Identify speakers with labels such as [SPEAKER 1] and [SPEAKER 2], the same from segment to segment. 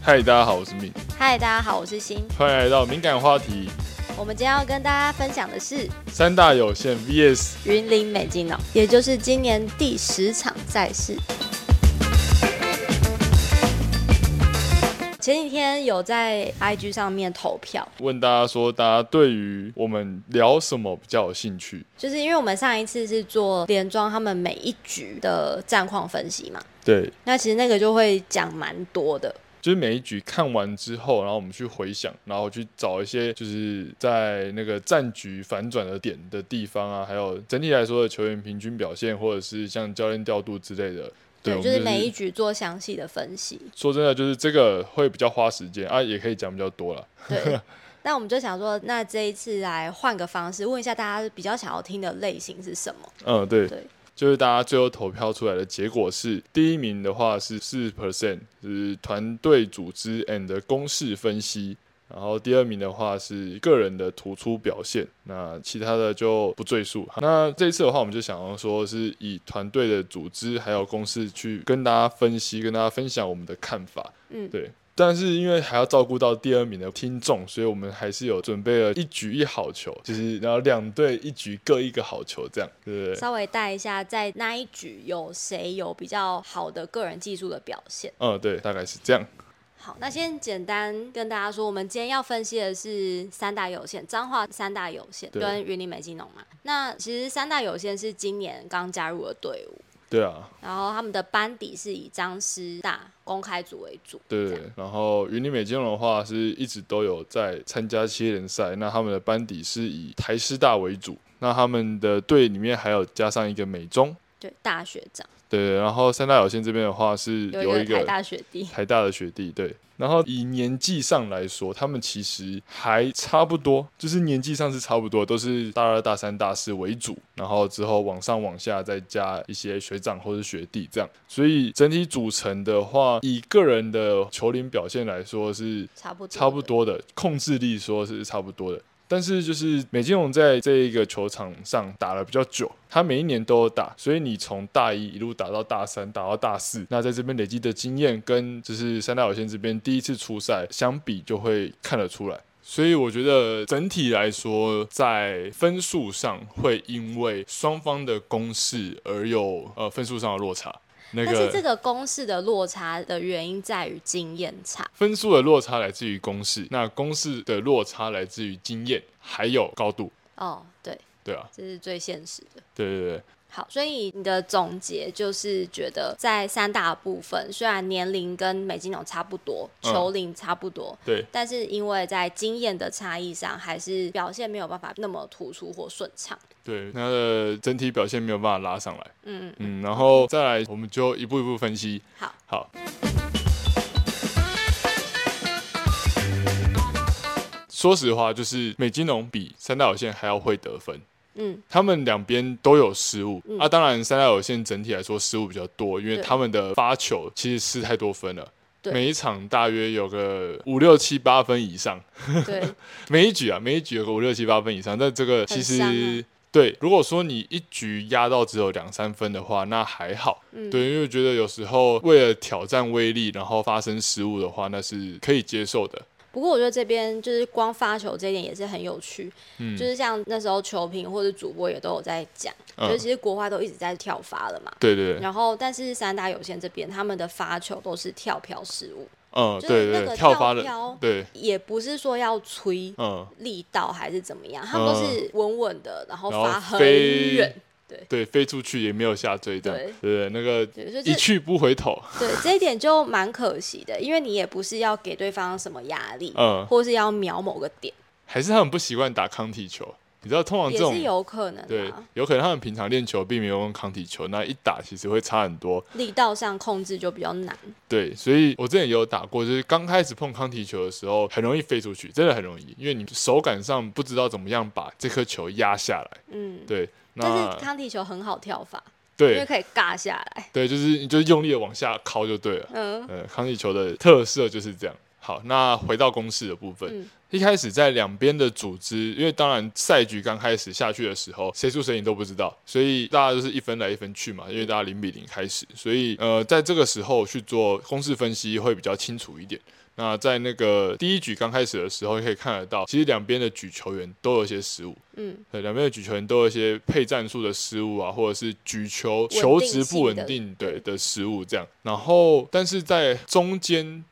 [SPEAKER 1] 嗨，大家好，我是敏，
[SPEAKER 2] 嗨，大家好，我是欣。
[SPEAKER 1] 欢迎来到敏感话题
[SPEAKER 2] 我们今天要跟大家分享的是
[SPEAKER 1] 三大有限 VS。
[SPEAKER 2] 云林美金脑，也就是今年第十场赛事。前几天有在 IG 上面投票，
[SPEAKER 1] 问大家说，大家对于我们聊什么比较有兴趣？
[SPEAKER 2] 就是因为我们上一次是做连庄他们每一局的战况分析嘛，
[SPEAKER 1] 对，
[SPEAKER 2] 那其实那个就会讲蛮多的。
[SPEAKER 1] 就是每一局看完之后，然后我们去回想，然后去找一些就是在那个战局反转的点的地方啊，还有整体来说的球员平均表现，或者是像教练调度之类的。对，我们
[SPEAKER 2] 就是每一局做详细的分析。
[SPEAKER 1] 说真的，就是这个会比较花时间啊，也可以讲比较多了。
[SPEAKER 2] 对，那我们就想说，那这一次来换个方式，问一下大家比较想要听的类型是什么？
[SPEAKER 1] 嗯，对，
[SPEAKER 2] 对，
[SPEAKER 1] 就是大家最后投票出来的结果是，第一名的话是四 percent，是团队组织 and 公式分析。然后第二名的话是个人的突出表现，那其他的就不赘述。那这一次的话，我们就想要说是以团队的组织还有公式去跟大家分析，跟大家分享我们的看法。
[SPEAKER 2] 嗯
[SPEAKER 1] 对。但是因为还要照顾到第二名的听众，所以我们还是有准备了一局一好球，就是然后两队一局各一个好球，这样对不对？
[SPEAKER 2] 稍微带一下，在那一局有谁有比较好的个人技术的表现。
[SPEAKER 1] 嗯，对，大概是这样。
[SPEAKER 2] 好，那先简单跟大家说，我们今天要分析的是三大有限，彰化三大有限
[SPEAKER 1] 对
[SPEAKER 2] 跟云林美金农嘛。那其实三大有限是今年刚加入的队伍，
[SPEAKER 1] 对啊，
[SPEAKER 2] 然后他们的班底是以彰师大公开组为主。
[SPEAKER 1] 对
[SPEAKER 2] 这
[SPEAKER 1] 对
[SPEAKER 2] 样。
[SPEAKER 1] 然后云林美金融的话是一直都有在参加七联赛，那他们的班底是以台师大为主，那他们的队里面还有加上一个美中，
[SPEAKER 2] 对，大学长
[SPEAKER 1] 对对。然后三大有限这边的话是
[SPEAKER 2] 有
[SPEAKER 1] 有
[SPEAKER 2] 一
[SPEAKER 1] 一
[SPEAKER 2] 个台
[SPEAKER 1] 个
[SPEAKER 2] 大学弟，
[SPEAKER 1] 台大的学弟，对。然后以年纪上来说，他们其实还差不多，就是年纪上是差不多，都是大二、大三、大四为主，然后之后往上往下再加一些学长或是学弟这样。所以整体组成的话，以个人的球龄表现来说是
[SPEAKER 2] 差不多
[SPEAKER 1] 差不。多的，控制力说是差不多的。但是就是美金龙在这一个球场上打了比较久，他每一年都有打，所以你从大一一路打到大三，打到大四，那在这边累积的经验跟就是三大有限这边第一次出赛相比，就会看得出来。所以我觉得整体来说，在分数上会因为双方的攻势而有呃分数上的落差。那
[SPEAKER 2] 但
[SPEAKER 1] 个
[SPEAKER 2] 是这个公式的落差的原因在于经验差。
[SPEAKER 1] 分数的落差来自于公式，那公式的落差来自于经验，还有高度，
[SPEAKER 2] 哦，对，
[SPEAKER 1] 对啊，
[SPEAKER 2] 这是最现实的。
[SPEAKER 1] 对对对，
[SPEAKER 2] 好，所以你的总结就是觉得在三大部分，虽然年龄跟美金农差不多，
[SPEAKER 1] 嗯
[SPEAKER 2] 球龄差不多，
[SPEAKER 1] 对
[SPEAKER 2] 但是因为在经验的差异上，还是表现没有办法那么突出或顺 畅。
[SPEAKER 1] 对，那的整体表现没有办法拉上来，
[SPEAKER 2] 嗯，
[SPEAKER 1] 嗯，然后再来，我们就一步一步分析，
[SPEAKER 2] 好，
[SPEAKER 1] 好。说实话，就是美金龙比三大有限还要会得分，
[SPEAKER 2] 嗯，
[SPEAKER 1] 他们两边都有失误、啊。当然，三大有限整体来说失误比较多，因为
[SPEAKER 2] 对
[SPEAKER 1] 他们的发球其实失太多分了。
[SPEAKER 2] 对
[SPEAKER 1] 每一场大约有个五六七八分以上，
[SPEAKER 2] 对，
[SPEAKER 1] 每一局啊，每一局有个五六七八分以上。但这个其实、
[SPEAKER 2] 很伤啊
[SPEAKER 1] 对，如果说你一局压到只有两三分的话，那还好。
[SPEAKER 2] 嗯
[SPEAKER 1] 对，因为我觉得有时候为了挑战威力，然后发生失误的话，那是可以接受的。
[SPEAKER 2] 不过我觉得这边就是光发球这一点也是很有趣，
[SPEAKER 1] 嗯
[SPEAKER 2] 就是像那时候球评或者主播也都有在讲，
[SPEAKER 1] 嗯
[SPEAKER 2] 就是其实国外都一直在跳发了嘛。
[SPEAKER 1] 对对对，
[SPEAKER 2] 然后，但是三大有限这边他们的发球都是跳飘失误，
[SPEAKER 1] 嗯，
[SPEAKER 2] 就是
[SPEAKER 1] 对
[SPEAKER 2] 那
[SPEAKER 1] 对
[SPEAKER 2] 个
[SPEAKER 1] 对，跳发
[SPEAKER 2] 跳哦
[SPEAKER 1] 的，对，
[SPEAKER 2] 也不是说要吹
[SPEAKER 1] 嗯。
[SPEAKER 2] 力道还是怎么样，他们都是稳稳的，然后
[SPEAKER 1] 然后
[SPEAKER 2] 发很
[SPEAKER 1] 飞
[SPEAKER 2] 远。
[SPEAKER 1] 对，飞出去也没有下坠，这样对对，
[SPEAKER 2] 对
[SPEAKER 1] 那个
[SPEAKER 2] 对，所以
[SPEAKER 1] 一
[SPEAKER 2] 这
[SPEAKER 1] 去不回头，
[SPEAKER 2] 对这一点就蛮可惜的，因为你也不是要给对方什么压力，
[SPEAKER 1] 嗯
[SPEAKER 2] 或是要瞄某个点，
[SPEAKER 1] 还是他们不习惯打抗体球。你知道，通常
[SPEAKER 2] 也
[SPEAKER 1] 哦这种
[SPEAKER 2] 是有可能
[SPEAKER 1] 对
[SPEAKER 2] 啊，，
[SPEAKER 1] 有可能他们平常练球并没有用抗体球，那一打其实会差很多。
[SPEAKER 2] 力道上控制就比较难。
[SPEAKER 1] 对，所以我之前也有打过，就是刚开始碰抗体球的时候，很容易飞出去，真的很容易，因为你手感上不知道怎么样把这颗球压下来。
[SPEAKER 2] 嗯，
[SPEAKER 1] 对，
[SPEAKER 2] 但是
[SPEAKER 1] 那
[SPEAKER 2] 康体球很好跳法，因为
[SPEAKER 1] 对
[SPEAKER 2] 可以尬下来。
[SPEAKER 1] 对，就是你就是用力的往下敲就对了。
[SPEAKER 2] 嗯，
[SPEAKER 1] 呃，康体球的特色就是这样。好，那回到公式的部分，
[SPEAKER 2] 嗯
[SPEAKER 1] 一开始在两边的组织，因为当然赛局刚开始下去的时候，谁输谁赢都不知道，所以大家就是一分来一分去嘛，因为大家零比零开始，所以呃，在这个时候去做公式分析会比较清楚一点。那在那个第一局刚开始的时候，可以看得到，其实两边的举球员都有一些失误，
[SPEAKER 2] 嗯，
[SPEAKER 1] 对，两边的举球员都有一些配战术的失误啊，或者是举球球质不稳定，对的失误这样。然后，但是在中间。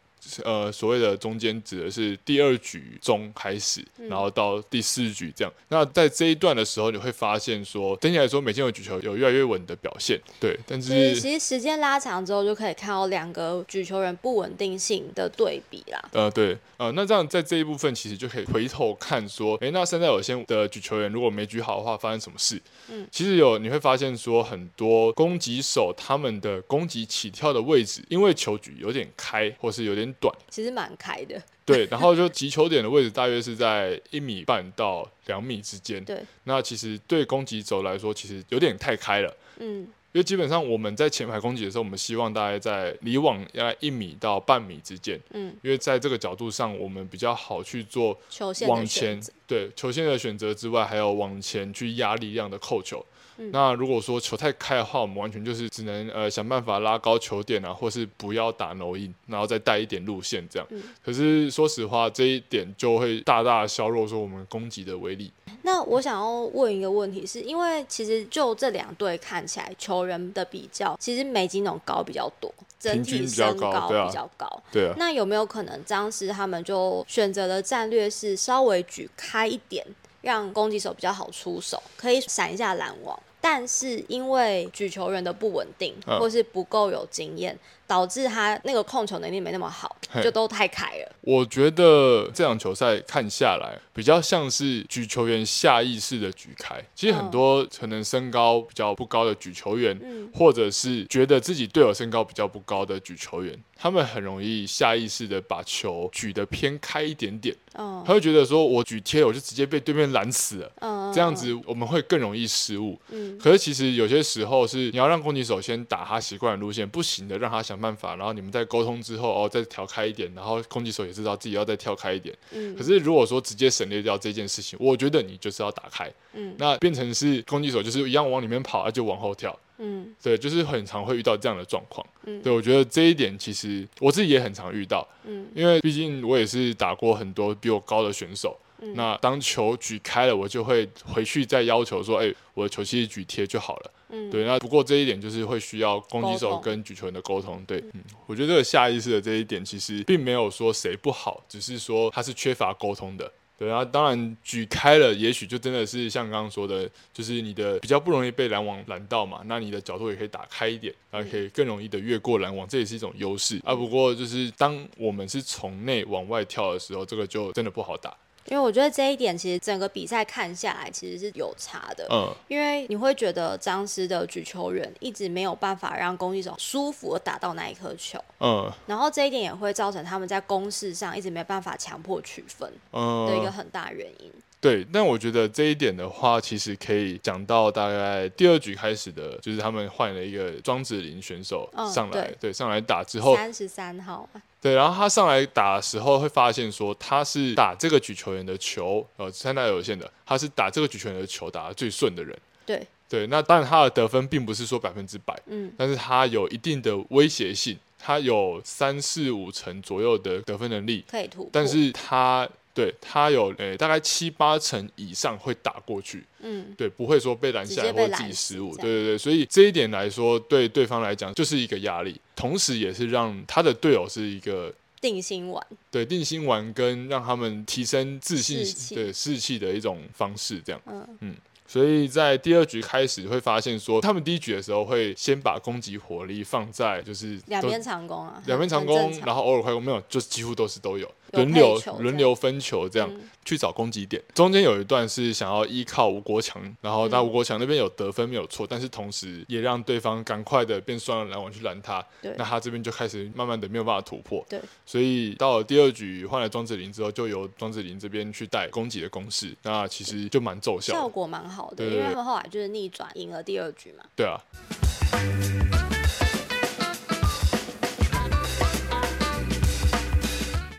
[SPEAKER 1] 呃，所谓的中间指的是第二局中开始，然后到第四局这样。那在这一段的时候，你会发现说，整体来说，美金有举球有越来越稳的表现，对。但
[SPEAKER 2] 就是
[SPEAKER 1] 是
[SPEAKER 2] 其实时间拉长之后，就可以看到两个举球员不稳定性的对比啦。
[SPEAKER 1] 呃，对，呃，那这样在这一部分其实就可以回头看说，诶，那现在有些的举球员如果没举好的话，发生什么事？
[SPEAKER 2] 嗯，
[SPEAKER 1] 其实有你会发现说，很多攻击手他们的攻击起跳的位置，因为球局有点开或是有点短，
[SPEAKER 2] 其实蛮开的，
[SPEAKER 1] 对，然后就击球点的位置大约是在一米半到两米之间。
[SPEAKER 2] 对，
[SPEAKER 1] 那其实对攻击轴来说，其实有点太开了。
[SPEAKER 2] 嗯，
[SPEAKER 1] 因为基本上我们在前排攻击的时候，我们希望大概在离网大概一米到半米之间，
[SPEAKER 2] 嗯，
[SPEAKER 1] 因为在这个角度上，我们比较好去做
[SPEAKER 2] 球线
[SPEAKER 1] 往
[SPEAKER 2] 的
[SPEAKER 1] 前
[SPEAKER 2] 选择，
[SPEAKER 1] 对球线的选择之外，还有往前去压力量的扣球。
[SPEAKER 2] 嗯
[SPEAKER 1] 那如果说球太开的话，我们完全就是只能呃想办法拉高球点啊，或是不要打 no in，然后再带一点路线这样。
[SPEAKER 2] 嗯
[SPEAKER 1] 可是说实话，这一点就会大大削弱说我们攻击的威力。
[SPEAKER 2] 那我想要问一个问题是，因为其实就这两队看起来，球员的比较，其实美金农高比较多，整
[SPEAKER 1] 平均
[SPEAKER 2] 体
[SPEAKER 1] 比较
[SPEAKER 2] 身
[SPEAKER 1] 高
[SPEAKER 2] 高
[SPEAKER 1] 对啊
[SPEAKER 2] 比较高。
[SPEAKER 1] 对啊，
[SPEAKER 2] 那有没有可能当时他们就选择的战略是稍微举开一点，让攻击手比较好出手，可以闪一下拦网？但是因为举球员的不稳定，
[SPEAKER 1] 嗯
[SPEAKER 2] 或是不够有经验，导致他那个控球能力没那么好
[SPEAKER 1] 嘿，
[SPEAKER 2] 就都太开了。
[SPEAKER 1] 我觉得这场球赛看下来，比较像是举球员下意识的举开。其实很多可能身高比较不高的举球员，
[SPEAKER 2] 嗯
[SPEAKER 1] 或者是觉得自己队友身高比较不高的举球员，他们很容易下意识的把球举得偏开一点点，
[SPEAKER 2] 嗯
[SPEAKER 1] 他会觉得说我举贴我就直接被对面拦死了。
[SPEAKER 2] 嗯，
[SPEAKER 1] 这样子我们会更容易失误。
[SPEAKER 2] 嗯
[SPEAKER 1] 可是其实有些时候是你要让攻击手先打他习惯的路线，不行的让他想办法，然后你们再沟通之后哦再调开一点，然后攻击手也知道自己要再跳开一点。
[SPEAKER 2] 嗯
[SPEAKER 1] 可是如果说直接省略掉这件事情，我觉得你就是要打开，
[SPEAKER 2] 嗯
[SPEAKER 1] 那变成是攻击手就是一样往里面跑，他就往后跳。
[SPEAKER 2] 嗯
[SPEAKER 1] 对，就是很常会遇到这样的状况。
[SPEAKER 2] 嗯
[SPEAKER 1] 对我觉得这一点其实我自己也很常遇到，
[SPEAKER 2] 嗯
[SPEAKER 1] 因为毕竟我也是打过很多比我高的选手。
[SPEAKER 2] 嗯
[SPEAKER 1] 那当球举开了，我就会回去再要求说，哎、我的球其实举贴就好了。
[SPEAKER 2] 嗯，
[SPEAKER 1] 对，那不过这一点就是会需要攻击
[SPEAKER 2] 沟
[SPEAKER 1] 手
[SPEAKER 2] 通
[SPEAKER 1] 跟举球员的沟通。对，嗯，我觉得这个下意识的这一点其实并没有说谁不好，只是说他是缺乏沟通的。对，然后当然举开了，也许就真的是像刚刚说的，就是你的比较不容易被拦网拦到嘛，那你的角度也可以打开一点，然后可以更容易的越过拦网，这也是一种优势啊。不过就是当我们是从内往外跳的时候，这个就真的不好打。
[SPEAKER 2] 因为我觉得这一点其实整个比赛看下来其实是有差的。
[SPEAKER 1] 嗯，
[SPEAKER 2] 因为你会觉得张师的举球员一直没有办法让攻击手舒服的打到那一颗球，
[SPEAKER 1] 嗯
[SPEAKER 2] 然后这一点也会造成他们在攻势上一直没办法强迫取分
[SPEAKER 1] 嗯，
[SPEAKER 2] 的一个很大原因。
[SPEAKER 1] 对，但我觉得这一点的话，其实可以讲到大概第二局开始的，就是他们换了一个庄子林选手
[SPEAKER 2] 嗯
[SPEAKER 1] 上来，
[SPEAKER 2] 对
[SPEAKER 1] 对，上来打之后，
[SPEAKER 2] 三十三号啊嘛，
[SPEAKER 1] 对，然后他上来打的时候会发现说他是打这个举球员的球，呃，三大有限的，他是打这个举球员的球打得最顺的人，
[SPEAKER 2] 对，
[SPEAKER 1] 对，那当然他的得分并不是说百分之百，
[SPEAKER 2] 嗯
[SPEAKER 1] 但是他有一定的威胁性，他有三四五成左右的得分能力，
[SPEAKER 2] 可以突破。
[SPEAKER 1] 但，是他对他有呃、大概七八成以上会打过去，
[SPEAKER 2] 嗯
[SPEAKER 1] 对，不会说被拦下来
[SPEAKER 2] 直接被
[SPEAKER 1] 或自己
[SPEAKER 2] 拦
[SPEAKER 1] 失
[SPEAKER 2] 死
[SPEAKER 1] 误，
[SPEAKER 2] 这
[SPEAKER 1] 对
[SPEAKER 2] 样
[SPEAKER 1] 对对，所以这一点来说，对对方来讲就是一个压力，同时也是让他的队友是一个
[SPEAKER 2] 定心丸，
[SPEAKER 1] 对定心丸跟让他们提升自信
[SPEAKER 2] 士气
[SPEAKER 1] 对士气的一种方式，这样。
[SPEAKER 2] 嗯
[SPEAKER 1] 所以在第二局开始会发现说，他们第一局的时候会先把攻击火力放在就是
[SPEAKER 2] 两
[SPEAKER 1] 都
[SPEAKER 2] 边长攻啊，
[SPEAKER 1] 两边长
[SPEAKER 2] 很
[SPEAKER 1] 攻
[SPEAKER 2] 正，常
[SPEAKER 1] 然后偶尔快攻，没有，就是几乎都是都有轮
[SPEAKER 2] 有
[SPEAKER 1] 流
[SPEAKER 2] 配球这样
[SPEAKER 1] 轮流分球这样、
[SPEAKER 2] 嗯
[SPEAKER 1] 去找攻击点。中间有一段是想要依靠吴国强，然后那
[SPEAKER 2] 嗯
[SPEAKER 1] 吴国强那边有得分没有错，但是同时也让对方赶快的变双人拦网去拦他
[SPEAKER 2] 对，
[SPEAKER 1] 那他这边就开始慢慢的没有办法突破。
[SPEAKER 2] 对，
[SPEAKER 1] 所以到了第二局换了庄志林之后，就由庄志林这边去带攻击的攻势，那其实就蛮奏效的
[SPEAKER 2] 效。果蛮好的，
[SPEAKER 1] 对对对
[SPEAKER 2] 因为他们后来就是逆转赢了第二局嘛。
[SPEAKER 1] 对啊。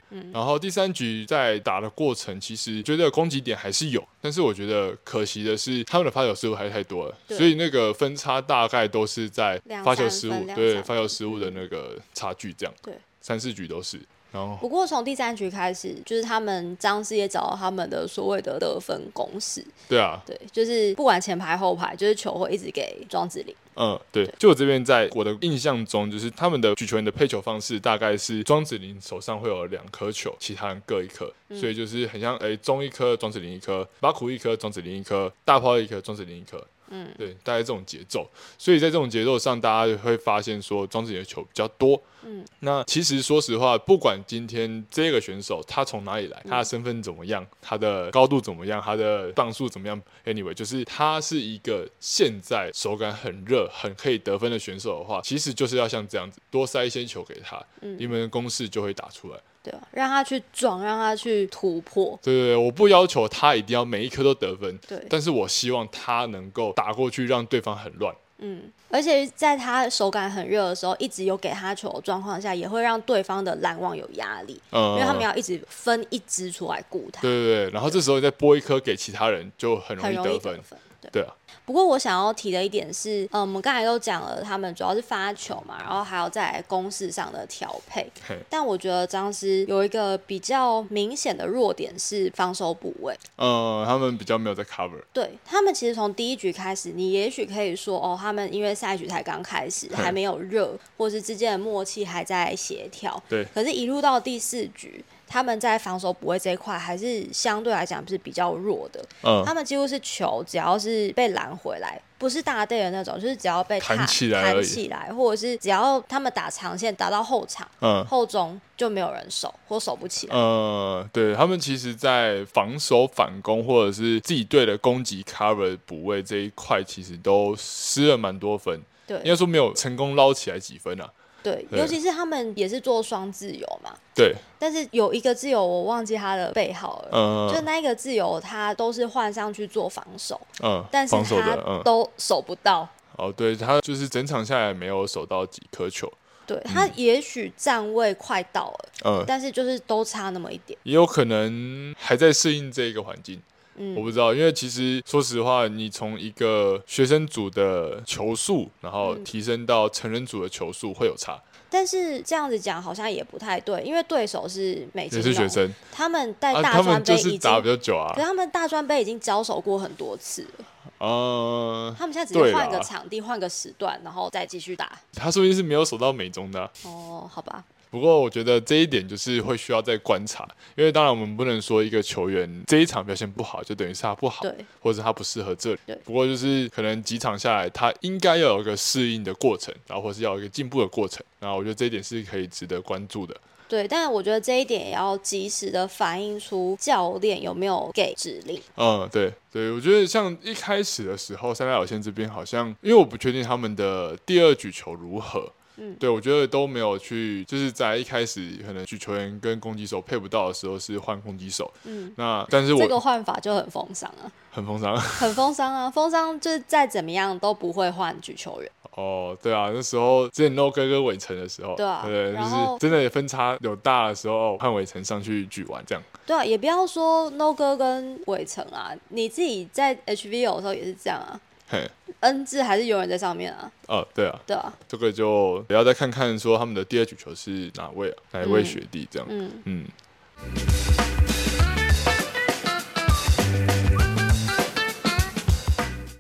[SPEAKER 2] 嗯
[SPEAKER 1] 然后第三局在打的过程，其实觉得攻击点还是有，但是我觉得可惜的是，他们的发球失误还是太多了，
[SPEAKER 2] 对
[SPEAKER 1] 所以那个分差大概都是在
[SPEAKER 2] 两
[SPEAKER 1] 发球
[SPEAKER 2] 三
[SPEAKER 1] 失
[SPEAKER 2] 分
[SPEAKER 1] 误，
[SPEAKER 2] 两
[SPEAKER 1] 对
[SPEAKER 2] 三
[SPEAKER 1] 发球
[SPEAKER 2] 分
[SPEAKER 1] 失误的那个差距这样，
[SPEAKER 2] 对，
[SPEAKER 1] 三四局都是。哦，
[SPEAKER 2] 不过从第三局开始，就是他们张师也找到他们的所谓的得分公式，
[SPEAKER 1] 对啊，
[SPEAKER 2] 对，就是不管前排后排，就是球会一直给庄子林。
[SPEAKER 1] 嗯，对，就我这边在我的印象中，就是他们的举球员的配球方式大概是庄子琳手上会有两颗球，其他人各一颗，所以就是很像诶，中一颗庄子琳一颗，巴库一颗庄子琳一颗，大炮一颗庄子琳一颗。嗯，对，大概这种节奏，所以在这种节奏上，大家就会发现说庄子琳的球比较多。嗯，那其实说实话，不管今天这个选手他从哪里来，他的身份怎么样，他的高度怎么样，他的磅数怎么样，anyway，就是他是一个现在手感很热、很可以得分的选手的话，其实就是要像这样子多塞一些球给他，
[SPEAKER 2] 嗯
[SPEAKER 1] 你们的攻势就会打出来。
[SPEAKER 2] 对啊，让他去撞，让他去突破。
[SPEAKER 1] 对对对，我不要求他一定要每一颗都得分，
[SPEAKER 2] 对
[SPEAKER 1] 但是我希望他能够打过去，让对方很乱。
[SPEAKER 2] 嗯而且在他手感很热的时候，一直有给他球的状况下，也会让对方的拦网有压力，
[SPEAKER 1] 嗯，
[SPEAKER 2] 因为他们要一直分一支出来顾他，
[SPEAKER 1] 对对对，然后这时候你再拨一颗给其他人，就很容
[SPEAKER 2] 很
[SPEAKER 1] 易
[SPEAKER 2] 容
[SPEAKER 1] 得
[SPEAKER 2] 易得
[SPEAKER 1] 分。
[SPEAKER 2] 分。对，
[SPEAKER 1] 对啊，
[SPEAKER 2] 不过我想要提的一点是，嗯，我们刚才都讲了，他们主要是发球嘛，然后还有在攻势上的调配。
[SPEAKER 1] 嘿，
[SPEAKER 2] 但我觉得张师有一个比较明显的弱点是防守补位，
[SPEAKER 1] 嗯，他们比较没有在 cover。
[SPEAKER 2] 对他们其实从第一局开始，你也许可以说哦，他们因为赛局才刚开始，
[SPEAKER 1] 嗯
[SPEAKER 2] 还没有热，或是之间的默契还在协调。
[SPEAKER 1] 对
[SPEAKER 2] 可是，一路到第四局，他们在防守补位这一块还是相对来讲是比较弱的。
[SPEAKER 1] 嗯，
[SPEAKER 2] 他们几乎是球只要是被拦回来，不是大队的那种，就是只要被
[SPEAKER 1] 弹
[SPEAKER 2] 踏
[SPEAKER 1] 起来而
[SPEAKER 2] 弹
[SPEAKER 1] 已
[SPEAKER 2] 起来，或者是只要他们打长线打到后场、
[SPEAKER 1] 嗯
[SPEAKER 2] 后中就没有人守或守不起来。
[SPEAKER 1] 呃，对他们其实，在防守、反攻或者是自己队的攻击 cover 补位这一块，其实都失了蛮多分。应
[SPEAKER 2] 对
[SPEAKER 1] 该说没有成功捞起来几分啊。
[SPEAKER 2] 对，
[SPEAKER 1] 对
[SPEAKER 2] 尤其是他们也是做双自由嘛。
[SPEAKER 1] 对，
[SPEAKER 2] 但是有一个自由我忘记他的背号了，
[SPEAKER 1] 呃
[SPEAKER 2] 就，那一个自由他都是换上去做防守，
[SPEAKER 1] 嗯，
[SPEAKER 2] 但是
[SPEAKER 1] 防守
[SPEAKER 2] 他
[SPEAKER 1] 的，嗯，
[SPEAKER 2] 都守不到。
[SPEAKER 1] 哦，对他就是整场下来没有守到几颗球，
[SPEAKER 2] 对他也许站位快到了，
[SPEAKER 1] 嗯，
[SPEAKER 2] 但是就是都差那么一点。
[SPEAKER 1] 也有可能还在适应这一个环境。我
[SPEAKER 2] 嗯，
[SPEAKER 1] 不知道，因为其实说实话，你从一个学生组的球速，然后
[SPEAKER 2] 嗯
[SPEAKER 1] 提升到成人组的球速会有差，
[SPEAKER 2] 但是这样子讲好像也不太对，因为对手是美
[SPEAKER 1] 也
[SPEAKER 2] 金
[SPEAKER 1] 是学生
[SPEAKER 2] 他们在
[SPEAKER 1] 啊，
[SPEAKER 2] 大
[SPEAKER 1] 他
[SPEAKER 2] 专
[SPEAKER 1] 们
[SPEAKER 2] 杯
[SPEAKER 1] 就
[SPEAKER 2] 已
[SPEAKER 1] 是
[SPEAKER 2] 经，
[SPEAKER 1] 打比较久啊
[SPEAKER 2] 可，是他们大专杯已经交手过很多次了，
[SPEAKER 1] 呃，
[SPEAKER 2] 他们现在只
[SPEAKER 1] 对
[SPEAKER 2] 是
[SPEAKER 1] 啦
[SPEAKER 2] 换个场地、换个时段，然后再继续打。
[SPEAKER 1] 他说不定是没有守到美中的啊、
[SPEAKER 2] 哦，好吧，
[SPEAKER 1] 不过我觉得这一点就是会需要再观察，因为当然我们不能说一个球员这一场表现不好，就等于是他不好，
[SPEAKER 2] 对
[SPEAKER 1] 或者他不适合这里
[SPEAKER 2] 对。
[SPEAKER 1] 不过就是可能几场下来，他应该要有一个适应的过程，然后或是要有一个进步的过程。然后我觉得这一点是可以值得关注的。
[SPEAKER 2] 对，但我觉得这一点也要及时的反映出教练有没有给指令。
[SPEAKER 1] 嗯，对对，我觉得像一开始的时候，三大有线这边好像，因为我不确定他们的第二举球如何。
[SPEAKER 2] 嗯
[SPEAKER 1] 对，我觉得都没有去，就是在一开始可能举球员跟攻击手配不到的时候是换攻击手，
[SPEAKER 2] 嗯，
[SPEAKER 1] 那但是我
[SPEAKER 2] 这个换法就很风伤啊，
[SPEAKER 1] 很风伤
[SPEAKER 2] 很风伤啊， 风伤就是再怎么样都不会换举球员。
[SPEAKER 1] 哦，对啊，那时候之前 No 哥跟伟成的时候，
[SPEAKER 2] 对啊
[SPEAKER 1] 对，就
[SPEAKER 2] 然
[SPEAKER 1] 是
[SPEAKER 2] 后
[SPEAKER 1] 真的分差有大的时候，哦换伟成上去举完这样，
[SPEAKER 2] 对啊，也不要说 No 哥跟伟成啊，你自己在 HVO 的时候也是这样啊
[SPEAKER 1] 嘿，
[SPEAKER 2] ，N 字还是永远在上面啊，
[SPEAKER 1] 哦，对啊，
[SPEAKER 2] 对啊，
[SPEAKER 1] 这个就也要再看看说他们的第二举球是哪位啊，哪一位
[SPEAKER 2] 嗯
[SPEAKER 1] 学弟这样，
[SPEAKER 2] 嗯，
[SPEAKER 1] 嗯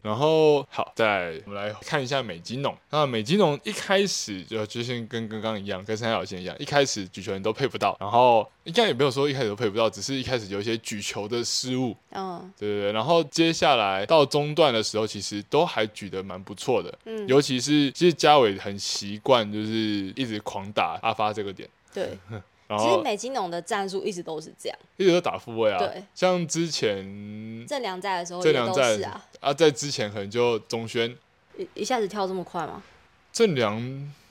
[SPEAKER 1] 然后好，再我们来看一下美金农。那美金农一开始就就先跟刚刚一样，跟三角线一样，一开始举球人都配不到，然后应该也没有说一开始都配不到，只是一开始有一些举球的失误，
[SPEAKER 2] 嗯，
[SPEAKER 1] 对对对。然后接下来到中段的时候，其实都还举得蛮不错的，
[SPEAKER 2] 嗯
[SPEAKER 1] 尤其是其实嘉伟很习惯就是一直狂打阿发这个点，
[SPEAKER 2] 对，
[SPEAKER 1] 然
[SPEAKER 2] 其实
[SPEAKER 1] 后
[SPEAKER 2] 美金农的战术一直都是这样，
[SPEAKER 1] 一直都打复位啊
[SPEAKER 2] 对，
[SPEAKER 1] 像之前
[SPEAKER 2] 这两战的时候
[SPEAKER 1] 这
[SPEAKER 2] 也
[SPEAKER 1] 两
[SPEAKER 2] 都
[SPEAKER 1] 站
[SPEAKER 2] 是啊，
[SPEAKER 1] 啊，在之前可能就中轩
[SPEAKER 2] 一一下子跳这么快吗？
[SPEAKER 1] 郑良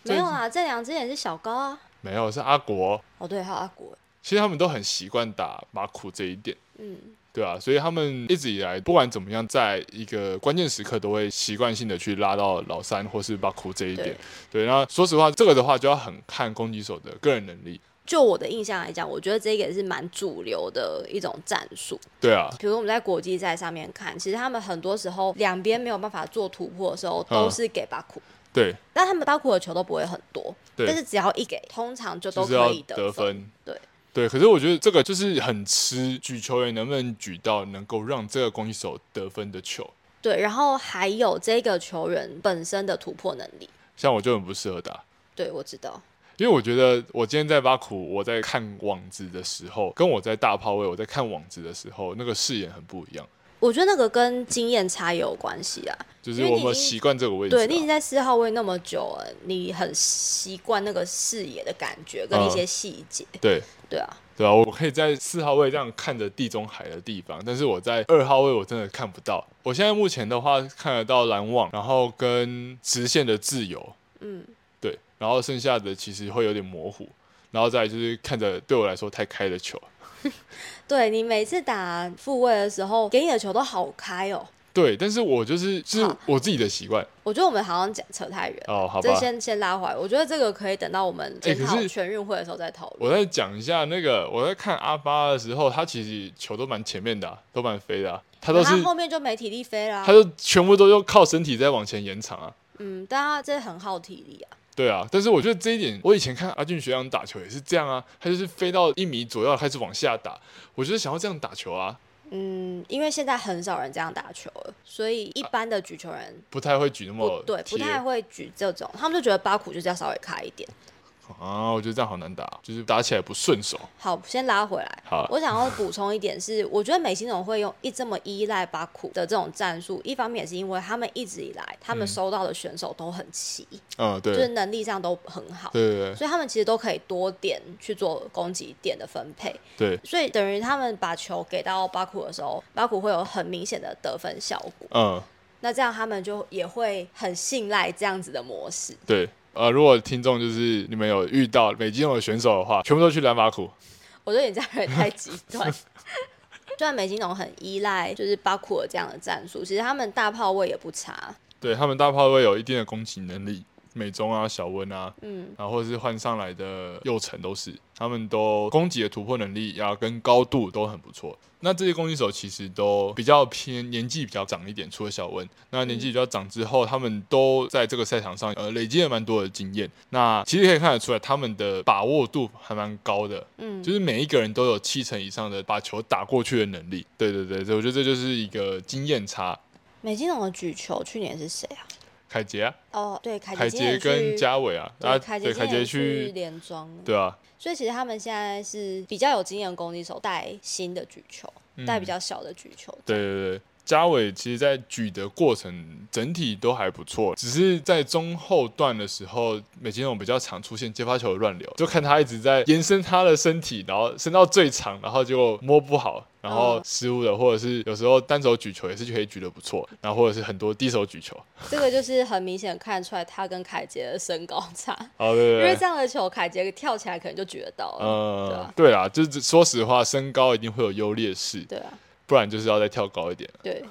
[SPEAKER 2] 没有
[SPEAKER 1] 郑
[SPEAKER 2] 啊啦，这两之前是小高啊，
[SPEAKER 1] 没有是阿国，
[SPEAKER 2] 哦对，还有阿国，
[SPEAKER 1] 其实他们都很习惯打马库这一点，
[SPEAKER 2] 嗯。
[SPEAKER 1] 对啊，所以他们一直以来不管怎么样，在一个关键时刻都会习惯性的去拉到老三或是巴库这一点
[SPEAKER 2] 对，
[SPEAKER 1] 对。那说实话，这个的话就要很看攻击手的个人能力，
[SPEAKER 2] 就我的印象来讲，我觉得这个也是蛮主流的一种战术。
[SPEAKER 1] 对啊，
[SPEAKER 2] 比如我们在国嗯际赛上面看，其实他们很多时候两边没有办法做突破的时候，都是给巴库。
[SPEAKER 1] 对，
[SPEAKER 2] 但他们巴库的球都不会很多，
[SPEAKER 1] 对
[SPEAKER 2] 但是只要一给，通常就都
[SPEAKER 1] 就是
[SPEAKER 2] 可
[SPEAKER 1] 要
[SPEAKER 2] 以
[SPEAKER 1] 得
[SPEAKER 2] 分。
[SPEAKER 1] 分。
[SPEAKER 2] 对
[SPEAKER 1] 对，可是我觉得这个就是很吃举球员能不能举到能够让这个攻击手得分的球。
[SPEAKER 2] 对，然后还有这个球员本身的突破能力。
[SPEAKER 1] 像我就很不适合打，
[SPEAKER 2] 对，我知道。
[SPEAKER 1] 因为我觉得我今天在巴库，我在看网子的时候，跟我在大炮位我在看网子的时候，那个视野很不一样。
[SPEAKER 2] 我觉得那个跟经验差也有关系啊。
[SPEAKER 1] 就是
[SPEAKER 2] 因为
[SPEAKER 1] 我
[SPEAKER 2] 你已
[SPEAKER 1] 们
[SPEAKER 2] 经
[SPEAKER 1] 习惯这个位置、啊，
[SPEAKER 2] 对你已经在四号位那么久了，你很习惯那个视野的感觉
[SPEAKER 1] 嗯
[SPEAKER 2] 跟一些细节。
[SPEAKER 1] 对
[SPEAKER 2] 对啊，
[SPEAKER 1] 对啊，我可以在四号位这样看着地中海的地方，但是我在二号位我真的看不到。我现在目前的话看得到篮网，然后跟直线的自由，
[SPEAKER 2] 嗯，
[SPEAKER 1] 对，然后剩下的其实会有点模糊，然后再来就是看着对我来说太开的球，
[SPEAKER 2] 对你每次打复位的时候，给你的球都好开哦。
[SPEAKER 1] 对，但是我就是就是
[SPEAKER 2] 好
[SPEAKER 1] 我自己的习惯
[SPEAKER 2] 我觉得我们好像讲扯太远，
[SPEAKER 1] 哦，好吧
[SPEAKER 2] 这。先先拉回来。我觉得这个可以等到我们
[SPEAKER 1] 哎
[SPEAKER 2] 检讨
[SPEAKER 1] 可是
[SPEAKER 2] 全运会的时候再讨论。
[SPEAKER 1] 我再讲一下那个，我在看阿巴的时候，他其实球都蛮前面的啊、都蛮飞的啊、他都是
[SPEAKER 2] 他后面就没体力飞啦
[SPEAKER 1] 他。就全部都用靠身体在往前延长啊。
[SPEAKER 2] 嗯，但他这很耗体力啊。
[SPEAKER 1] 对啊，但是我觉得这一点，我以前看阿俊学长打球也是这样啊，他就是飞到一米左右开始往下打，我就是想要这样打球啊，
[SPEAKER 2] 嗯，因为现在很少人这样打球了，所以一般的举球人
[SPEAKER 1] 不太会举那
[SPEAKER 2] 不
[SPEAKER 1] 么
[SPEAKER 2] 对，
[SPEAKER 1] 贴
[SPEAKER 2] 不太会举这种，他们就觉得巴库就是要稍微开一点。
[SPEAKER 1] 啊，我觉得这样好难打，就是打起来不顺手。
[SPEAKER 2] 好，先拉回来。
[SPEAKER 1] 好
[SPEAKER 2] 我想要补充一点是，我觉得美心总会用一这么依赖巴库的这种战术，一方面也是因为他们一直以来他们收到的选手都很齐，
[SPEAKER 1] 嗯，对，
[SPEAKER 2] 就是
[SPEAKER 1] 对
[SPEAKER 2] 能力上都很好，
[SPEAKER 1] 对对
[SPEAKER 2] 所以他们其实都可以多点去做攻击点的分配。
[SPEAKER 1] 对，
[SPEAKER 2] 所以等于他们把球给到巴库的时候，巴库会有很明显的得分效果。
[SPEAKER 1] 嗯，
[SPEAKER 2] 那这样他们就也会很信赖这样子的模式。
[SPEAKER 1] 对。呃，如果听众就是你们有遇到美金的选手的话，全部都去蓝马库。
[SPEAKER 2] 我觉得你这样有点太极 端。虽然美金龙很依赖就是巴库尔这样的战术，其实他们大炮位也不差。
[SPEAKER 1] 对他们大炮会有一定的攻击能力，美中啊、小温啊，
[SPEAKER 2] 嗯，
[SPEAKER 1] 然后或者是换上来的右城都是，他们都攻击的突破能力啊跟高度都很不错。那这些攻击手其实都比较偏年纪比较长一点，除了小温，那年
[SPEAKER 2] 嗯
[SPEAKER 1] 纪比较长之后，他们都在这个赛场上呃累积了蛮多的经验。那其实可以看得出来，他们的把握度还蛮高的，
[SPEAKER 2] 嗯
[SPEAKER 1] 就是每一个人都有七成以上的把球打过去的能力。对对对，我觉得这就是一个经验差。
[SPEAKER 2] 美金龙的举球去年是谁啊？
[SPEAKER 1] 凯杰啊，
[SPEAKER 2] 哦，对，凯
[SPEAKER 1] 凯
[SPEAKER 2] 杰今年
[SPEAKER 1] 杰
[SPEAKER 2] 也
[SPEAKER 1] 跟
[SPEAKER 2] 去
[SPEAKER 1] 嘉伟啊，
[SPEAKER 2] 对
[SPEAKER 1] 啊，
[SPEAKER 2] 凯
[SPEAKER 1] 对
[SPEAKER 2] 杰
[SPEAKER 1] 凯
[SPEAKER 2] 今年
[SPEAKER 1] 杰
[SPEAKER 2] 也去
[SPEAKER 1] 去，
[SPEAKER 2] 联庄了，
[SPEAKER 1] 对啊，
[SPEAKER 2] 所以其实他们现在是比较有经验的攻击手带新的举球，
[SPEAKER 1] 嗯
[SPEAKER 2] 带比较小的举球。
[SPEAKER 1] 对对对，嘉伟其实在举的过程整体都还不错，只是在中后段的时候，美金勇比较常出现接发球的乱流，就看他一直在延伸他的身体，然后伸到最长，然后就摸不好。然后
[SPEAKER 2] 嗯
[SPEAKER 1] 失误的，或者是有时候单手举球也是可以举得不错，然后或者是很多低手举球，
[SPEAKER 2] 这个就是很明显看得出来他跟凯杰的身高差，
[SPEAKER 1] 哦对 对
[SPEAKER 2] 因
[SPEAKER 1] 对，
[SPEAKER 2] 为这样的球凯杰跳起来可能就举得到了。对
[SPEAKER 1] 呃
[SPEAKER 2] 啊，
[SPEAKER 1] 对啦，就是说实话，身高一定会有优劣势，
[SPEAKER 2] 对啊，
[SPEAKER 1] 不然就是要再跳高一点。
[SPEAKER 2] 对。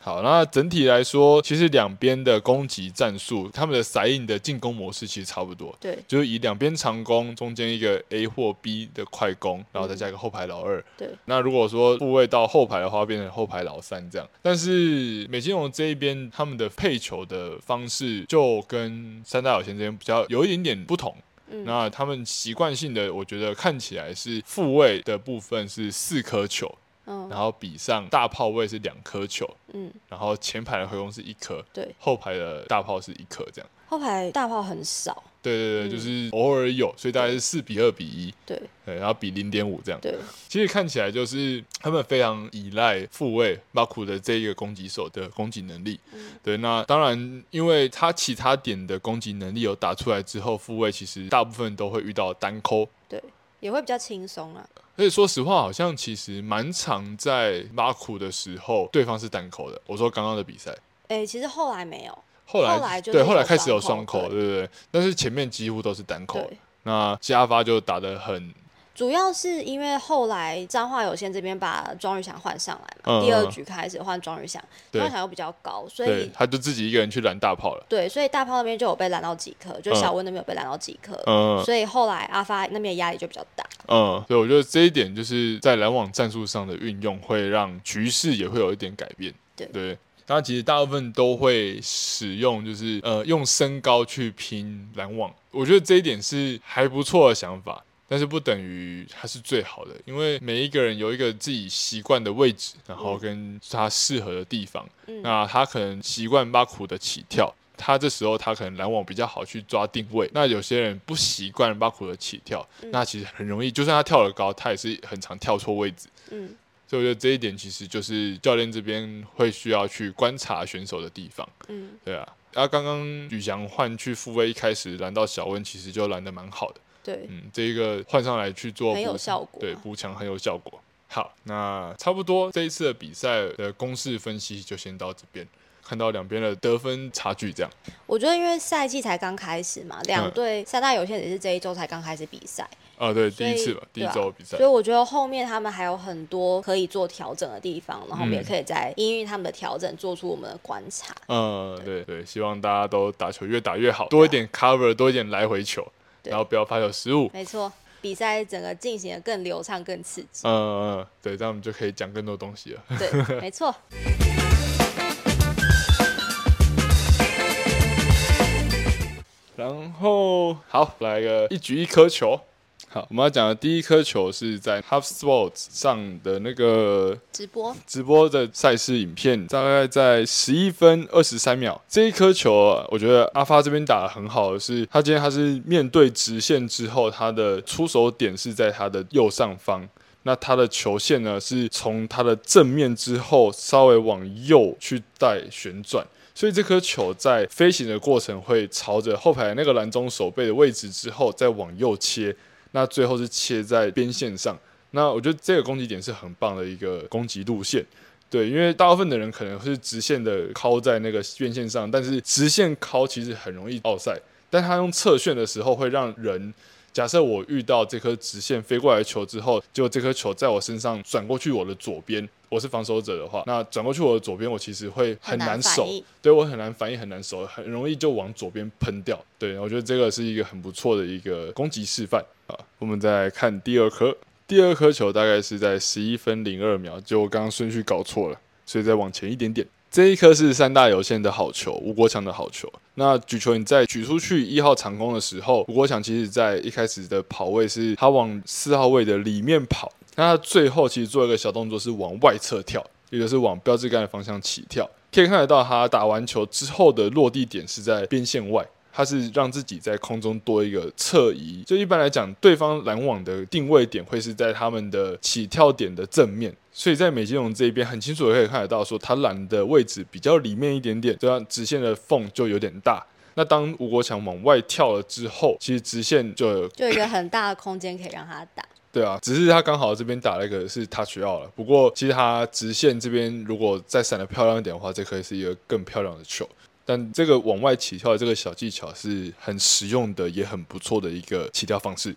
[SPEAKER 1] 好，那整体来说，其实两边的攻击战术，他们的塞印的进攻模式其实差不多，
[SPEAKER 2] 对
[SPEAKER 1] 就是以两边长攻，中间一个 A 或 B 的快攻，然后再加一个后排老二。
[SPEAKER 2] 对，
[SPEAKER 1] 那如果说部位到后排的话，变成后排老三这样。但是美金龙这一边，他们的配球的方式就跟三大有钱这边比较有一点点不同。
[SPEAKER 2] 嗯
[SPEAKER 1] 那他们习惯性的，我觉得看起来是复位的部分是四颗球，
[SPEAKER 2] 嗯
[SPEAKER 1] 然后比上大炮位是两颗球，
[SPEAKER 2] 嗯，
[SPEAKER 1] 然后前排的回攻是一颗，
[SPEAKER 2] 对，
[SPEAKER 1] 后排的大炮是一颗这样。
[SPEAKER 2] 后排大炮很少，
[SPEAKER 1] 对对对，
[SPEAKER 2] 嗯
[SPEAKER 1] 就是偶尔有，所以大概是四比二比一，
[SPEAKER 2] 对
[SPEAKER 1] 对，然后比零点五这样。
[SPEAKER 2] 对
[SPEAKER 1] 其实看起来就是他们非常依赖复位马库的这一个攻击手的攻击能力。
[SPEAKER 2] 嗯
[SPEAKER 1] 对，那当然，因为他其他点的攻击能力有打出来之后，复位其实大部分都会遇到单抠。
[SPEAKER 2] 对，也会比较轻松啊。
[SPEAKER 1] 而且说实话，好像其实蛮常在马库的时候，对方是单抠的。我说刚刚的比赛，
[SPEAKER 2] 哎、其实后来没有，
[SPEAKER 1] 后来
[SPEAKER 2] 后来就是
[SPEAKER 1] 对，
[SPEAKER 2] 有
[SPEAKER 1] 后来开始有
[SPEAKER 2] 双
[SPEAKER 1] 双
[SPEAKER 2] 扣
[SPEAKER 1] 口，对不对？但是前面几乎都是单口
[SPEAKER 2] 对。，
[SPEAKER 1] 那加发就打得很，
[SPEAKER 2] 主要是因为后来彰化有线这边把庄宇翔换上来嘛，
[SPEAKER 1] 嗯
[SPEAKER 2] 第二
[SPEAKER 1] 嗯
[SPEAKER 2] 局开始换庄宇翔，
[SPEAKER 1] 对
[SPEAKER 2] 庄宇翔又比较高，所
[SPEAKER 1] 对
[SPEAKER 2] 以，。
[SPEAKER 1] 他就自己一个人去拦大炮了。
[SPEAKER 2] 对，所以大炮那边就有被拦到几颗，就小温那边有被拦到几颗，
[SPEAKER 1] 嗯，
[SPEAKER 2] 所以后来阿发那边的压力就比较大。
[SPEAKER 1] 嗯，所以我觉得这一点就是在篮网战术上的运用，会让局势也会有一点改变。
[SPEAKER 2] 对
[SPEAKER 1] 对，他其实大部分都会使用，就是呃用身高去拼篮网，我觉得这一点是还不错的想法。但是不等于他是最好的，因为每一个人有一个自己习惯的位置，然后跟他适合的地方。
[SPEAKER 2] 嗯
[SPEAKER 1] 那他可能习惯巴库的起跳，他这时候他可能拦网比较好去抓定位。那有些人不习惯巴库的起跳，那其实很容易，就算他跳得高，他也是很常跳错位置。
[SPEAKER 2] 嗯，
[SPEAKER 1] 所以我觉得这一点其实就是教练这边会需要去观察选手的地方。
[SPEAKER 2] 嗯，
[SPEAKER 1] 对啊，啊，刚刚宇翔换去复位，一开始拦到小温，其实就拦得蛮好的。
[SPEAKER 2] 对，
[SPEAKER 1] 嗯，这一个换上来去做
[SPEAKER 2] 很有
[SPEAKER 1] 补
[SPEAKER 2] 效果
[SPEAKER 1] 对
[SPEAKER 2] 啊
[SPEAKER 1] 补强很有效果。好，那差不多这一次的比赛的公式分析就先到这边，看到两边的得分差距这样。
[SPEAKER 2] 我觉得因为赛季才刚开始嘛，两
[SPEAKER 1] 嗯
[SPEAKER 2] 队三大有限也是这一周才刚开始比赛，
[SPEAKER 1] 啊，对，
[SPEAKER 2] 所
[SPEAKER 1] 第一次
[SPEAKER 2] 以
[SPEAKER 1] 吧，第
[SPEAKER 2] 对
[SPEAKER 1] 一
[SPEAKER 2] 啊
[SPEAKER 1] 周比赛
[SPEAKER 2] 所以，我觉得后面他们还有很多可以做调整的地方，然后我们也
[SPEAKER 1] 嗯
[SPEAKER 2] 可以在因应他们的调整做出我们的观察。
[SPEAKER 1] 嗯，对对，希望大家都打球越打越好，多一点 cover，多一点来回球，
[SPEAKER 2] 啊对
[SPEAKER 1] 然后不要发球失误。
[SPEAKER 2] 没错，比赛整个进行的更流畅、更刺 激。
[SPEAKER 1] 嗯嗯，嗯对，这样我们就可以讲更多东西了。
[SPEAKER 2] 对，没错。
[SPEAKER 1] 然后好，来个一局一颗球。好，我们要讲的第一颗球是在 Half Sports 上的那个
[SPEAKER 2] 直播
[SPEAKER 1] 直播的赛事影片，大概在十一分二十三秒。这一颗球、啊，我觉得阿发这边打的很好的是，他今天他是面对直线之后，他的出手点是在他的右上方。那他的球线呢，是从他的正面之后稍微往右去带旋转，所以这颗球在飞行的过程会朝着后排那个篮中手背的位置之后再往右切，那最后是切在边线上。那我觉得这个攻击点是很棒的一个攻击路线。对，因为大部分的人可能是直线的敲在那个边线上，但是直线敲其实很容易奥赛，但他用侧旋的时候会让人，假设我遇到这颗直线飞过来的球之后，结果这颗球在我身上转过去我的左边，我是防守者的话，那转过去我的左边，我其实会很难守，
[SPEAKER 2] 反应。
[SPEAKER 1] 对我很难反应，很难守，很容易就往左边喷掉。对，我觉得这个是一个很不错的一个攻击示范啊。我们再来看第二颗，第二颗球大概是在十一分零二秒，就我刚刚顺序搞错了，所以再往前一点点。这一颗是三大有限的好球，吴国强的好球。那举球你在举出去一号长攻的时候，吴国强其实在一开始的跑位是他往四号位的里面跑，那他最后其实做一个小动作是往外侧跳，也就是往标志杆的方向起跳。可以看得到他打完球之后的落地点是在边线外，他是让自己在空中多一个侧移。就一般来讲，对方拦网的定位点会是在他们的起跳点的正面，所以在美金龙这一边很清楚的可以看得到，说他拦的位置比较里面一点点，这样直线的缝就有点大。那当吴国强往外跳了之后，其实直线就有
[SPEAKER 2] 就有一个很大的空间可以让他打，
[SPEAKER 1] 对啊，只是他刚好这边打了一个是 touch out 了，不过其实他直线这边如果再闪的漂亮一点的话，这可以是一个更漂亮的球。但这个往外起跳的这个小技巧是很实用的，也很不错的一个起跳方式。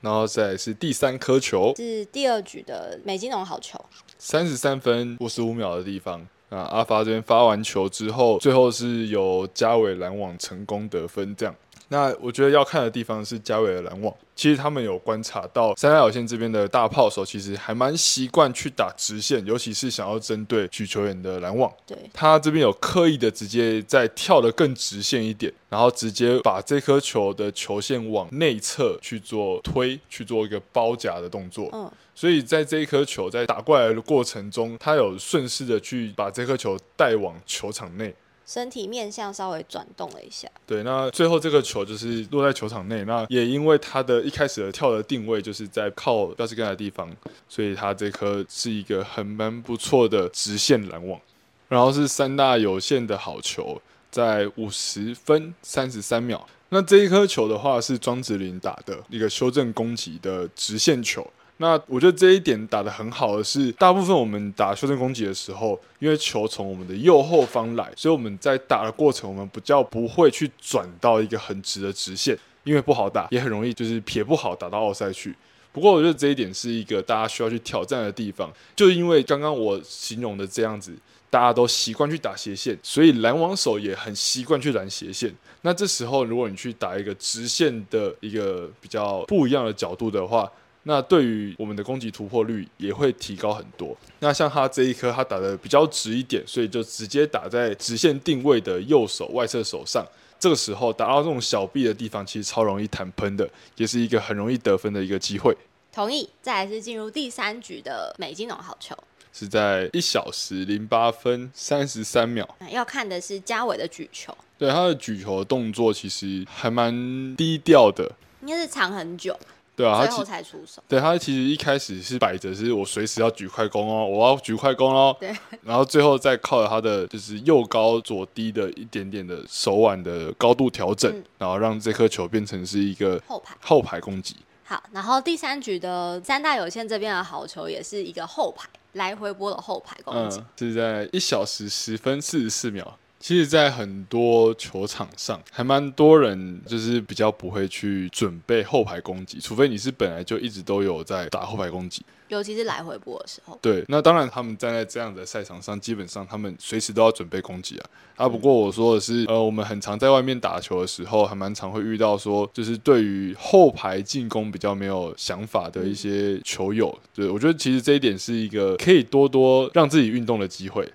[SPEAKER 1] 然后再来是第三颗球，
[SPEAKER 2] 是第二局的美金龙好球，
[SPEAKER 1] 三十三分五十五秒的地方。啊，阿发这边发完球之后，最后是由嘉伟拦网成功得分，这样。那我觉得要看的地方是嘉伟的拦网，其实他们有观察到三大有线这边的大炮手其实还蛮习惯去打直线，尤其是想要针对举球员的拦网。
[SPEAKER 2] 对，
[SPEAKER 1] 他这边有刻意的直接再跳得更直线一点，然后直接把这颗球的球线往内侧去做推，去做一个包夹的动作。
[SPEAKER 2] 嗯，
[SPEAKER 1] 所以在这一颗球在打过来的过程中，他有顺势的去把这颗球带往球场内。
[SPEAKER 2] 身体面向稍微转动了一下，
[SPEAKER 1] 对，那最后这个球就是落在球场内，那也因为他的一开始的跳的定位就是在靠标志杆的地方，所以他这颗是一个很蛮不错的直线拦网，然后是三大有限的好球，在五十分三十三秒。那这一颗球的话是庄子林打的一个修正攻击的直线球。那我觉得这一点打得很好的是，大部分我们打修正攻击的时候，因为球从我们的右后方来，所以我们在打的过程，我们比较不会去转到一个很直的直线，因为不好打，也很容易就是撇不好打到奥赛去。不过我觉得这一点是一个大家需要去挑战的地方，就是因为刚刚我形容的这样子，大家都习惯去打斜线，所以拦网手也很习惯去拦斜线。那这时候如果你去打一个直线的一个比较不一样的角度的话，那对于我们的攻击突破率也会提高很多。那像他这一颗，他打的比较直一点，所以就直接打在直线定位的右手外侧手上。这个时候打到这种小臂的地方，其实超容易弹喷的，也是一个很容易得分的一个机会。
[SPEAKER 2] 同意。再来是进入第三局的美金龙好球，
[SPEAKER 1] 是在一小时零八分三十三秒。
[SPEAKER 2] 那要看的是嘉伟的举球，
[SPEAKER 1] 对他的举球动作其实还蛮低调的，
[SPEAKER 2] 应该是藏很久，
[SPEAKER 1] 对啊，他
[SPEAKER 2] 最
[SPEAKER 1] 其
[SPEAKER 2] 后才出手。
[SPEAKER 1] 对他其实一开始是摆着是我随时要举快攻哦，我要举快攻哦，
[SPEAKER 2] 对，
[SPEAKER 1] 然后最后再靠着他的就是右高左低的一点点的手腕的高度调整，
[SPEAKER 2] 嗯
[SPEAKER 1] 然后让这颗球变成是一个
[SPEAKER 2] 后排
[SPEAKER 1] 后排攻击。
[SPEAKER 2] 好，然后第三局的三大有限这边的好球也是一个后排来回波的后排攻
[SPEAKER 1] 嗯
[SPEAKER 2] 击，，
[SPEAKER 1] 是在一小时十分四十四秒。其实，在很多球场上，还蛮多人就是比较不会去准备后排攻击，除非你是本来就一直都有在打后排攻击。
[SPEAKER 2] 尤其是来回波的时候。
[SPEAKER 1] 对，那当然，他们站在这样的赛场上，基本上他们随时都要准备攻击啊。啊，不过我说的是，呃，我们很常在外面打球的时候，还蛮常会遇到说，就是对于后排进攻比较没有想法的一些球友。对，我觉得其实这一点是一个可以多多让自己运动的机会。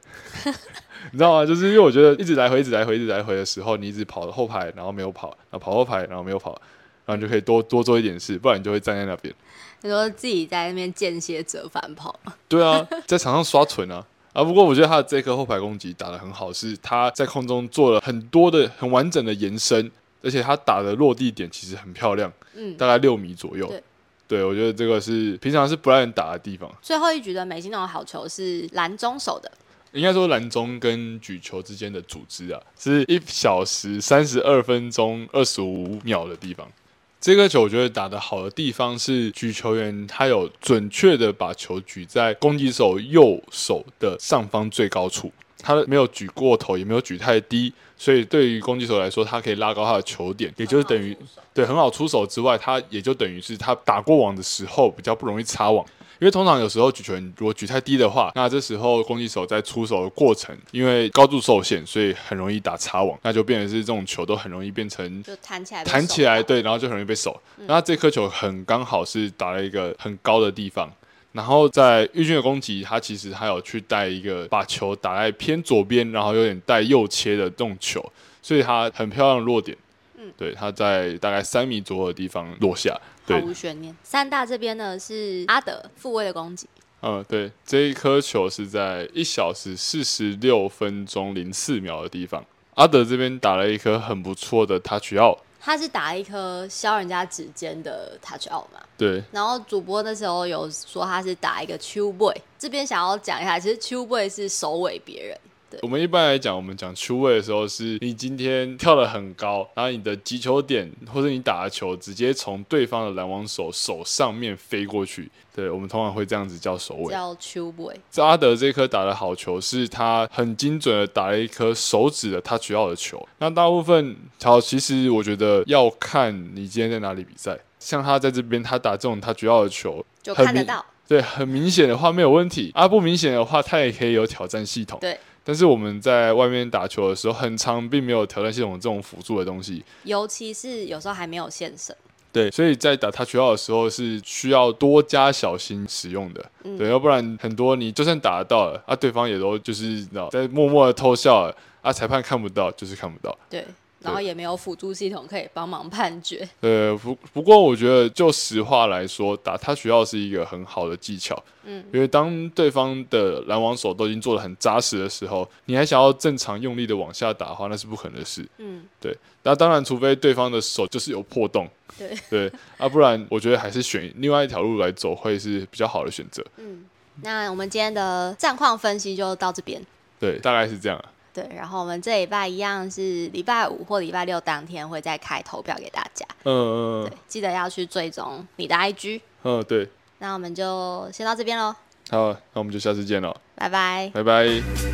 [SPEAKER 1] 你知道吗？就是因为我觉得一直来回、一直来回、一直来回的时候，你一直跑后排，然后没有跑，然后跑后排，然后没有跑，然后你就可以多多做一点事，不然你就会站在那边。
[SPEAKER 2] 你说自己在那边间歇折返跑，
[SPEAKER 1] 对啊， 在场上刷存啊。啊，不过我觉得他的这颗后排攻击打得很好，是他在空中做了很多的很完整的延伸，而且他打的落地点其实很漂亮，
[SPEAKER 2] 嗯，
[SPEAKER 1] 大概六米左右。
[SPEAKER 2] 对
[SPEAKER 1] 对我觉得这个是平常是不让人打的地方，
[SPEAKER 2] 最后一局的美金龙好球是蓝中手的，
[SPEAKER 1] 应该说篮中跟举球之间的组织啊，是一小时三十二分钟二十五秒的地方。这个球我觉得打得好的地方是举球员他有准确的把球举在攻击手右手的上方最高处，他没有举过头，也没有举太低，所以对于攻击手来说，他可以拉高他的球点，也就是等于对很好出手之外，他也就等于是他打过网的时候比较不容易擦网。因为通常有时候举球员如果举太低的话，那这时候攻击手在出手的过程，因为高度受限，所以很容易打擦网，那就变成是这种球都很容易变成
[SPEAKER 2] 就弹起来被
[SPEAKER 1] 弹
[SPEAKER 2] 手
[SPEAKER 1] 起来，
[SPEAKER 2] 到，
[SPEAKER 1] 对，然后就很容易被守。那这颗球很刚好是打了一个很高的地方，然后在玉军的攻击，他其实还有去带一个把球打在偏左边，然后有点带右切的这种球，所以他很漂亮的落点。
[SPEAKER 2] 嗯
[SPEAKER 1] 对，他在大概三米左右的地方落下。对
[SPEAKER 2] 毫，无悬念。三大这边呢是阿德复位的攻击，
[SPEAKER 1] 嗯，对，这一颗球是在一小时四十六分钟零四秒的地方。阿德这边打了一颗很不错的 touch out，
[SPEAKER 2] 他是打一颗削人家指尖的 touch out 嘛，
[SPEAKER 1] 对，
[SPEAKER 2] 然后主播那时候有说他是打一个 Q boy，这边想要讲一下，其实 Q boy 是首尾别人，
[SPEAKER 1] 我们一般来讲，我们讲出位的时候，是你今天跳得很高，然后你的击球点或者你打的球直接从对方的篮网手手上面飞过去。对，我们通常会这样子叫手位。
[SPEAKER 2] 叫 Q boy，
[SPEAKER 1] 这阿德这颗打的好球，是他很精准的打了一颗手指的 touch out 的球。那大部分好，其实我觉得要看你今天在哪里比赛。像他在这边，他打这种 touch out 的球，
[SPEAKER 2] 就
[SPEAKER 1] 很
[SPEAKER 2] 看得
[SPEAKER 1] 明
[SPEAKER 2] 到，
[SPEAKER 1] 对，很明显的话没有问题啊，不明显的话，他也可以有挑战系统。
[SPEAKER 2] 对，
[SPEAKER 1] 但是我们在外面打球的时候，很长并没有挑战系统这种辅助的东西。
[SPEAKER 2] 尤其是有时候还没有现身，
[SPEAKER 1] 对，所以在打 touch out 的时候是需要多加小心使用的，
[SPEAKER 2] 嗯
[SPEAKER 1] 对，要不然很多你就算打得到了，啊，对方也都就是你知道在默默的偷笑了，啊，裁判看不到就是看不到。
[SPEAKER 2] 对，然后也没有辅助系统可以帮忙判决，
[SPEAKER 1] 呃，不不过我觉得就实话来说，打 touch out 是一个很好的技巧，
[SPEAKER 2] 嗯，
[SPEAKER 1] 因为当对方的拦网手都已经做的很扎实的时候，你还想要正常用力的往下打的话，那是不可能的事。
[SPEAKER 2] 嗯，
[SPEAKER 1] 对，那当然，除非对方的手就是有破洞，
[SPEAKER 2] 对
[SPEAKER 1] 对，啊，不然我觉得还是选另外一条路来走会是比较好的选择。
[SPEAKER 2] 嗯，那我们今天的战况分析就到这边。
[SPEAKER 1] 对，大概是这样啊。
[SPEAKER 2] 对，然后我们这礼拜一样是礼拜五或礼拜六当天会再开投票给大家，
[SPEAKER 1] 嗯嗯
[SPEAKER 2] 对，记得要去追踪你的 IG。
[SPEAKER 1] 嗯，对，
[SPEAKER 2] 那我们就先到这边喽，
[SPEAKER 1] 好，那我们就下次见了，
[SPEAKER 2] 拜拜。
[SPEAKER 1] 拜拜。